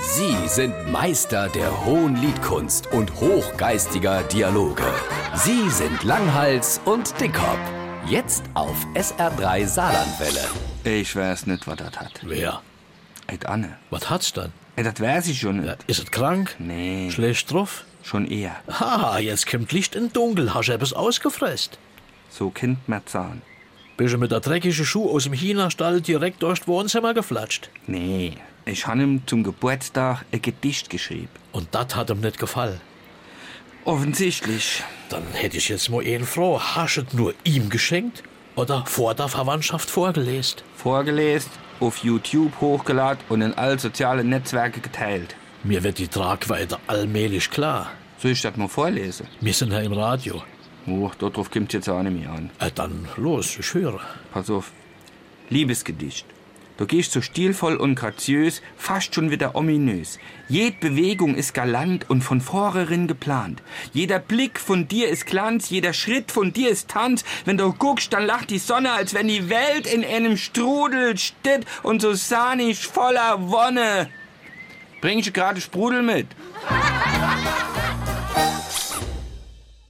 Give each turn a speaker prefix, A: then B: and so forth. A: Sie sind Meister der hohen Liedkunst und hochgeistiger Dialoge. Sie sind Langhals und Dickhop. Jetzt auf SR3 Saarlandwelle.
B: Ich weiß nicht, was das hat.
C: Wer?
B: Et Anne.
C: Was hat's dann?
B: Ey, das weiß ich schon nicht.
C: Ist es krank?
B: Nee.
C: Schlecht drauf?
B: Schon eher.
C: Ha, jetzt kommt Licht in Dunkel. Hast du etwas ausgefressen?
B: So Kind mehr Zahn.
C: Bist du mit der dreckigen Schuh aus dem China-Stall direkt durchs Wohnzimmer geflatscht?
B: Nee. Ich habe ihm zum Geburtstag ein Gedicht geschrieben.
C: Und das hat ihm nicht gefallen.
B: Offensichtlich.
C: Dann hätte ich jetzt mal ihn froh. Hast du es nur ihm geschenkt? Oder vor der Verwandtschaft vorgelesen?
B: Vorgelesen, auf YouTube hochgeladen und in all sozialen Netzwerke geteilt.
C: Mir wird die Tragweite allmählich klar.
B: Soll ich das mal vorlesen?
C: Wir sind ja im Radio.
B: Oh, darauf kommt jetzt auch nicht mehr an.
C: Äh, dann los, ich höre.
B: Pass auf. Liebesgedicht. Du gehst so stilvoll und graziös, fast schon wieder ominös. Jed Bewegung ist galant und von vorherin geplant. Jeder Blick von dir ist Glanz, jeder Schritt von dir ist Tanz. Wenn du guckst, dann lacht die Sonne, als wenn die Welt in einem Strudel steht und so sahnisch voller Wonne. Bring ich gerade Sprudel mit.